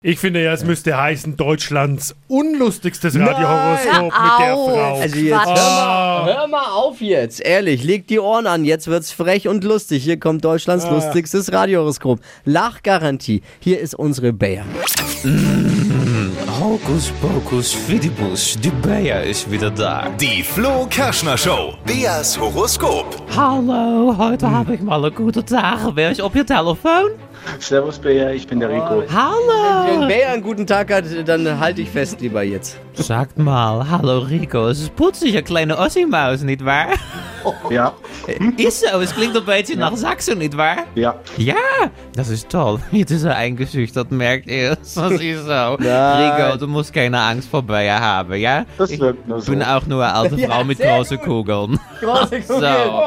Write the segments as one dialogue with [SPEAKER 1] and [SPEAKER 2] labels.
[SPEAKER 1] Ich finde ja, es müsste heißen Deutschlands unlustigstes Radiohoroskop
[SPEAKER 2] Nein!
[SPEAKER 1] mit der
[SPEAKER 2] Au!
[SPEAKER 1] Frau.
[SPEAKER 2] Also
[SPEAKER 3] Also jetzt hör,
[SPEAKER 1] Ah.
[SPEAKER 3] mal, hör mal auf jetzt, ehrlich, leg die Ohren an, jetzt wird's frech und lustig. Hier kommt Deutschlands
[SPEAKER 1] Ah.
[SPEAKER 3] lustigstes Radiohoroskop. Lachgarantie, hier ist unsere Bayer.
[SPEAKER 4] Hocus pocus fidibus, die Bayer ist wieder da.
[SPEAKER 5] Die Flo Kerschner Show. Beas Horoskop.
[SPEAKER 4] Hallo, heute habe ich mal einen guten Tag. Wer ist auf Ihr Telefon?
[SPEAKER 6] Servus Bea, ich bin der Rico.
[SPEAKER 4] Hallo!
[SPEAKER 3] Wenn Bayer einen guten Tag hat, dann halte ich fest lieber jetzt.
[SPEAKER 4] Sagt mal, hallo Rico, es ist putzig, een kleine Ossie-Maus, nietwaar?
[SPEAKER 6] Ja,
[SPEAKER 4] Is zo, es klingt een beetje naar Saxo, nietwaar?
[SPEAKER 6] ja.
[SPEAKER 4] Ja, dat is toll. Het is een eingezucht, dat merkt eerst. Dat is zo. Rico, du musst keine Angst vor Bayer haben, ja?
[SPEAKER 6] Das
[SPEAKER 4] Ik
[SPEAKER 6] wirkt nur so.
[SPEAKER 4] bin auch nur eine alte
[SPEAKER 3] Ja,
[SPEAKER 4] Frau mit
[SPEAKER 3] sehr
[SPEAKER 4] große Kugeln.
[SPEAKER 3] Große Kugel.
[SPEAKER 4] So.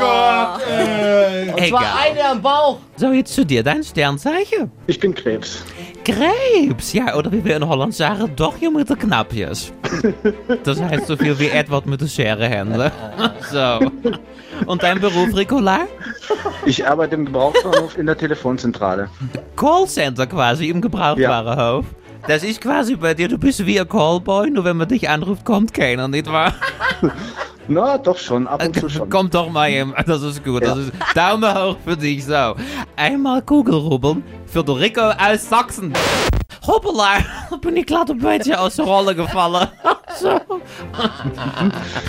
[SPEAKER 1] Gott, ey.
[SPEAKER 3] Und zwar eine am Bauch.
[SPEAKER 4] So, jetzt zu dir, dein Sternzeichen.
[SPEAKER 6] Ich bin Krebs.
[SPEAKER 4] Krebs. Ja, oh, oder wie wir in Holland sagen, doch je mit de knapjes. Das heißt so viel wie Edward mit der Schere händeln. So. Und dein Beruf, Ricola?
[SPEAKER 6] Ich arbeite im Gebrauchsbahnhof in der Telefonzentrale.
[SPEAKER 4] Callcenter quasi im Gebrauchtwarenhof. Das ist quasi bei dir, du bist wie ein Callboy, nur wenn man dich anruft, kommt keiner, nicht wahr?
[SPEAKER 6] Na, doch schon, ab und zu schon.
[SPEAKER 4] Kommt doch mal jemand, das ist gut. Das ist Daumen hoch für dich, so. Einmal Kugelrubbeln für den Rico aus Sachsen. Hoppala, bin ich gerade ein beetje aus der Rolle gefallen. So.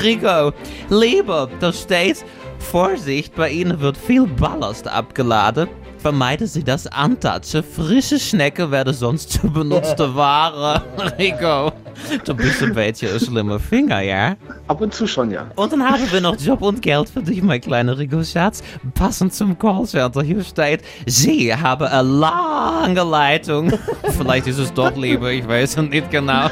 [SPEAKER 4] Rico, Liebe, das steht, Vorsicht, bei Ihnen wird viel Ballast abgeladen. Vermeiden Sie das Antatschen. Frische Schnecken werden sonst zu benutzte Ware. Rico, du bist ein beetje ein schlimmer Finger, ja?
[SPEAKER 6] Ab und zu schon, ja.
[SPEAKER 4] Und dann haben wir noch Job und Geld für dich, mein kleiner Rico-Schatz. Passend zum Callcenter. Hier steht, Sie haben eine lange Leitung. Vielleicht ist es dort lieber, ich weiß es nicht genau.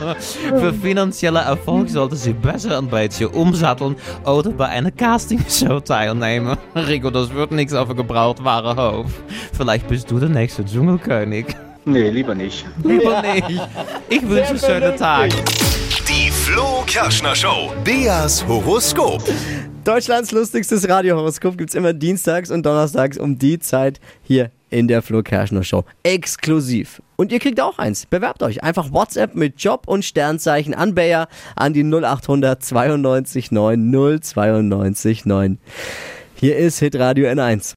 [SPEAKER 4] Für finanzielle Erfolg sollten Sie besser ein bisschen umsatteln oder bei einer Castingshow teilnehmen. Rico, das wird nichts auf ein gebrauchtware Hof. Vielleicht bist du der nächste Dschungelkönig.
[SPEAKER 6] Nee, lieber nicht.
[SPEAKER 4] Lieber nicht. Ich wünsche einen schönen Tag.
[SPEAKER 5] Die Flo Kerschner Show. Beas Horoskop.
[SPEAKER 3] Deutschlands lustigstes Radiohoroskop gibt's immer dienstags und donnerstags um die Zeit hier in der Flo Kerschner Show. Exklusiv. Und ihr kriegt auch eins. Bewerbt euch. Einfach WhatsApp mit Job und Sternzeichen an Bayer an die 0800 92 9 092 9. Hier ist Hitradio N1.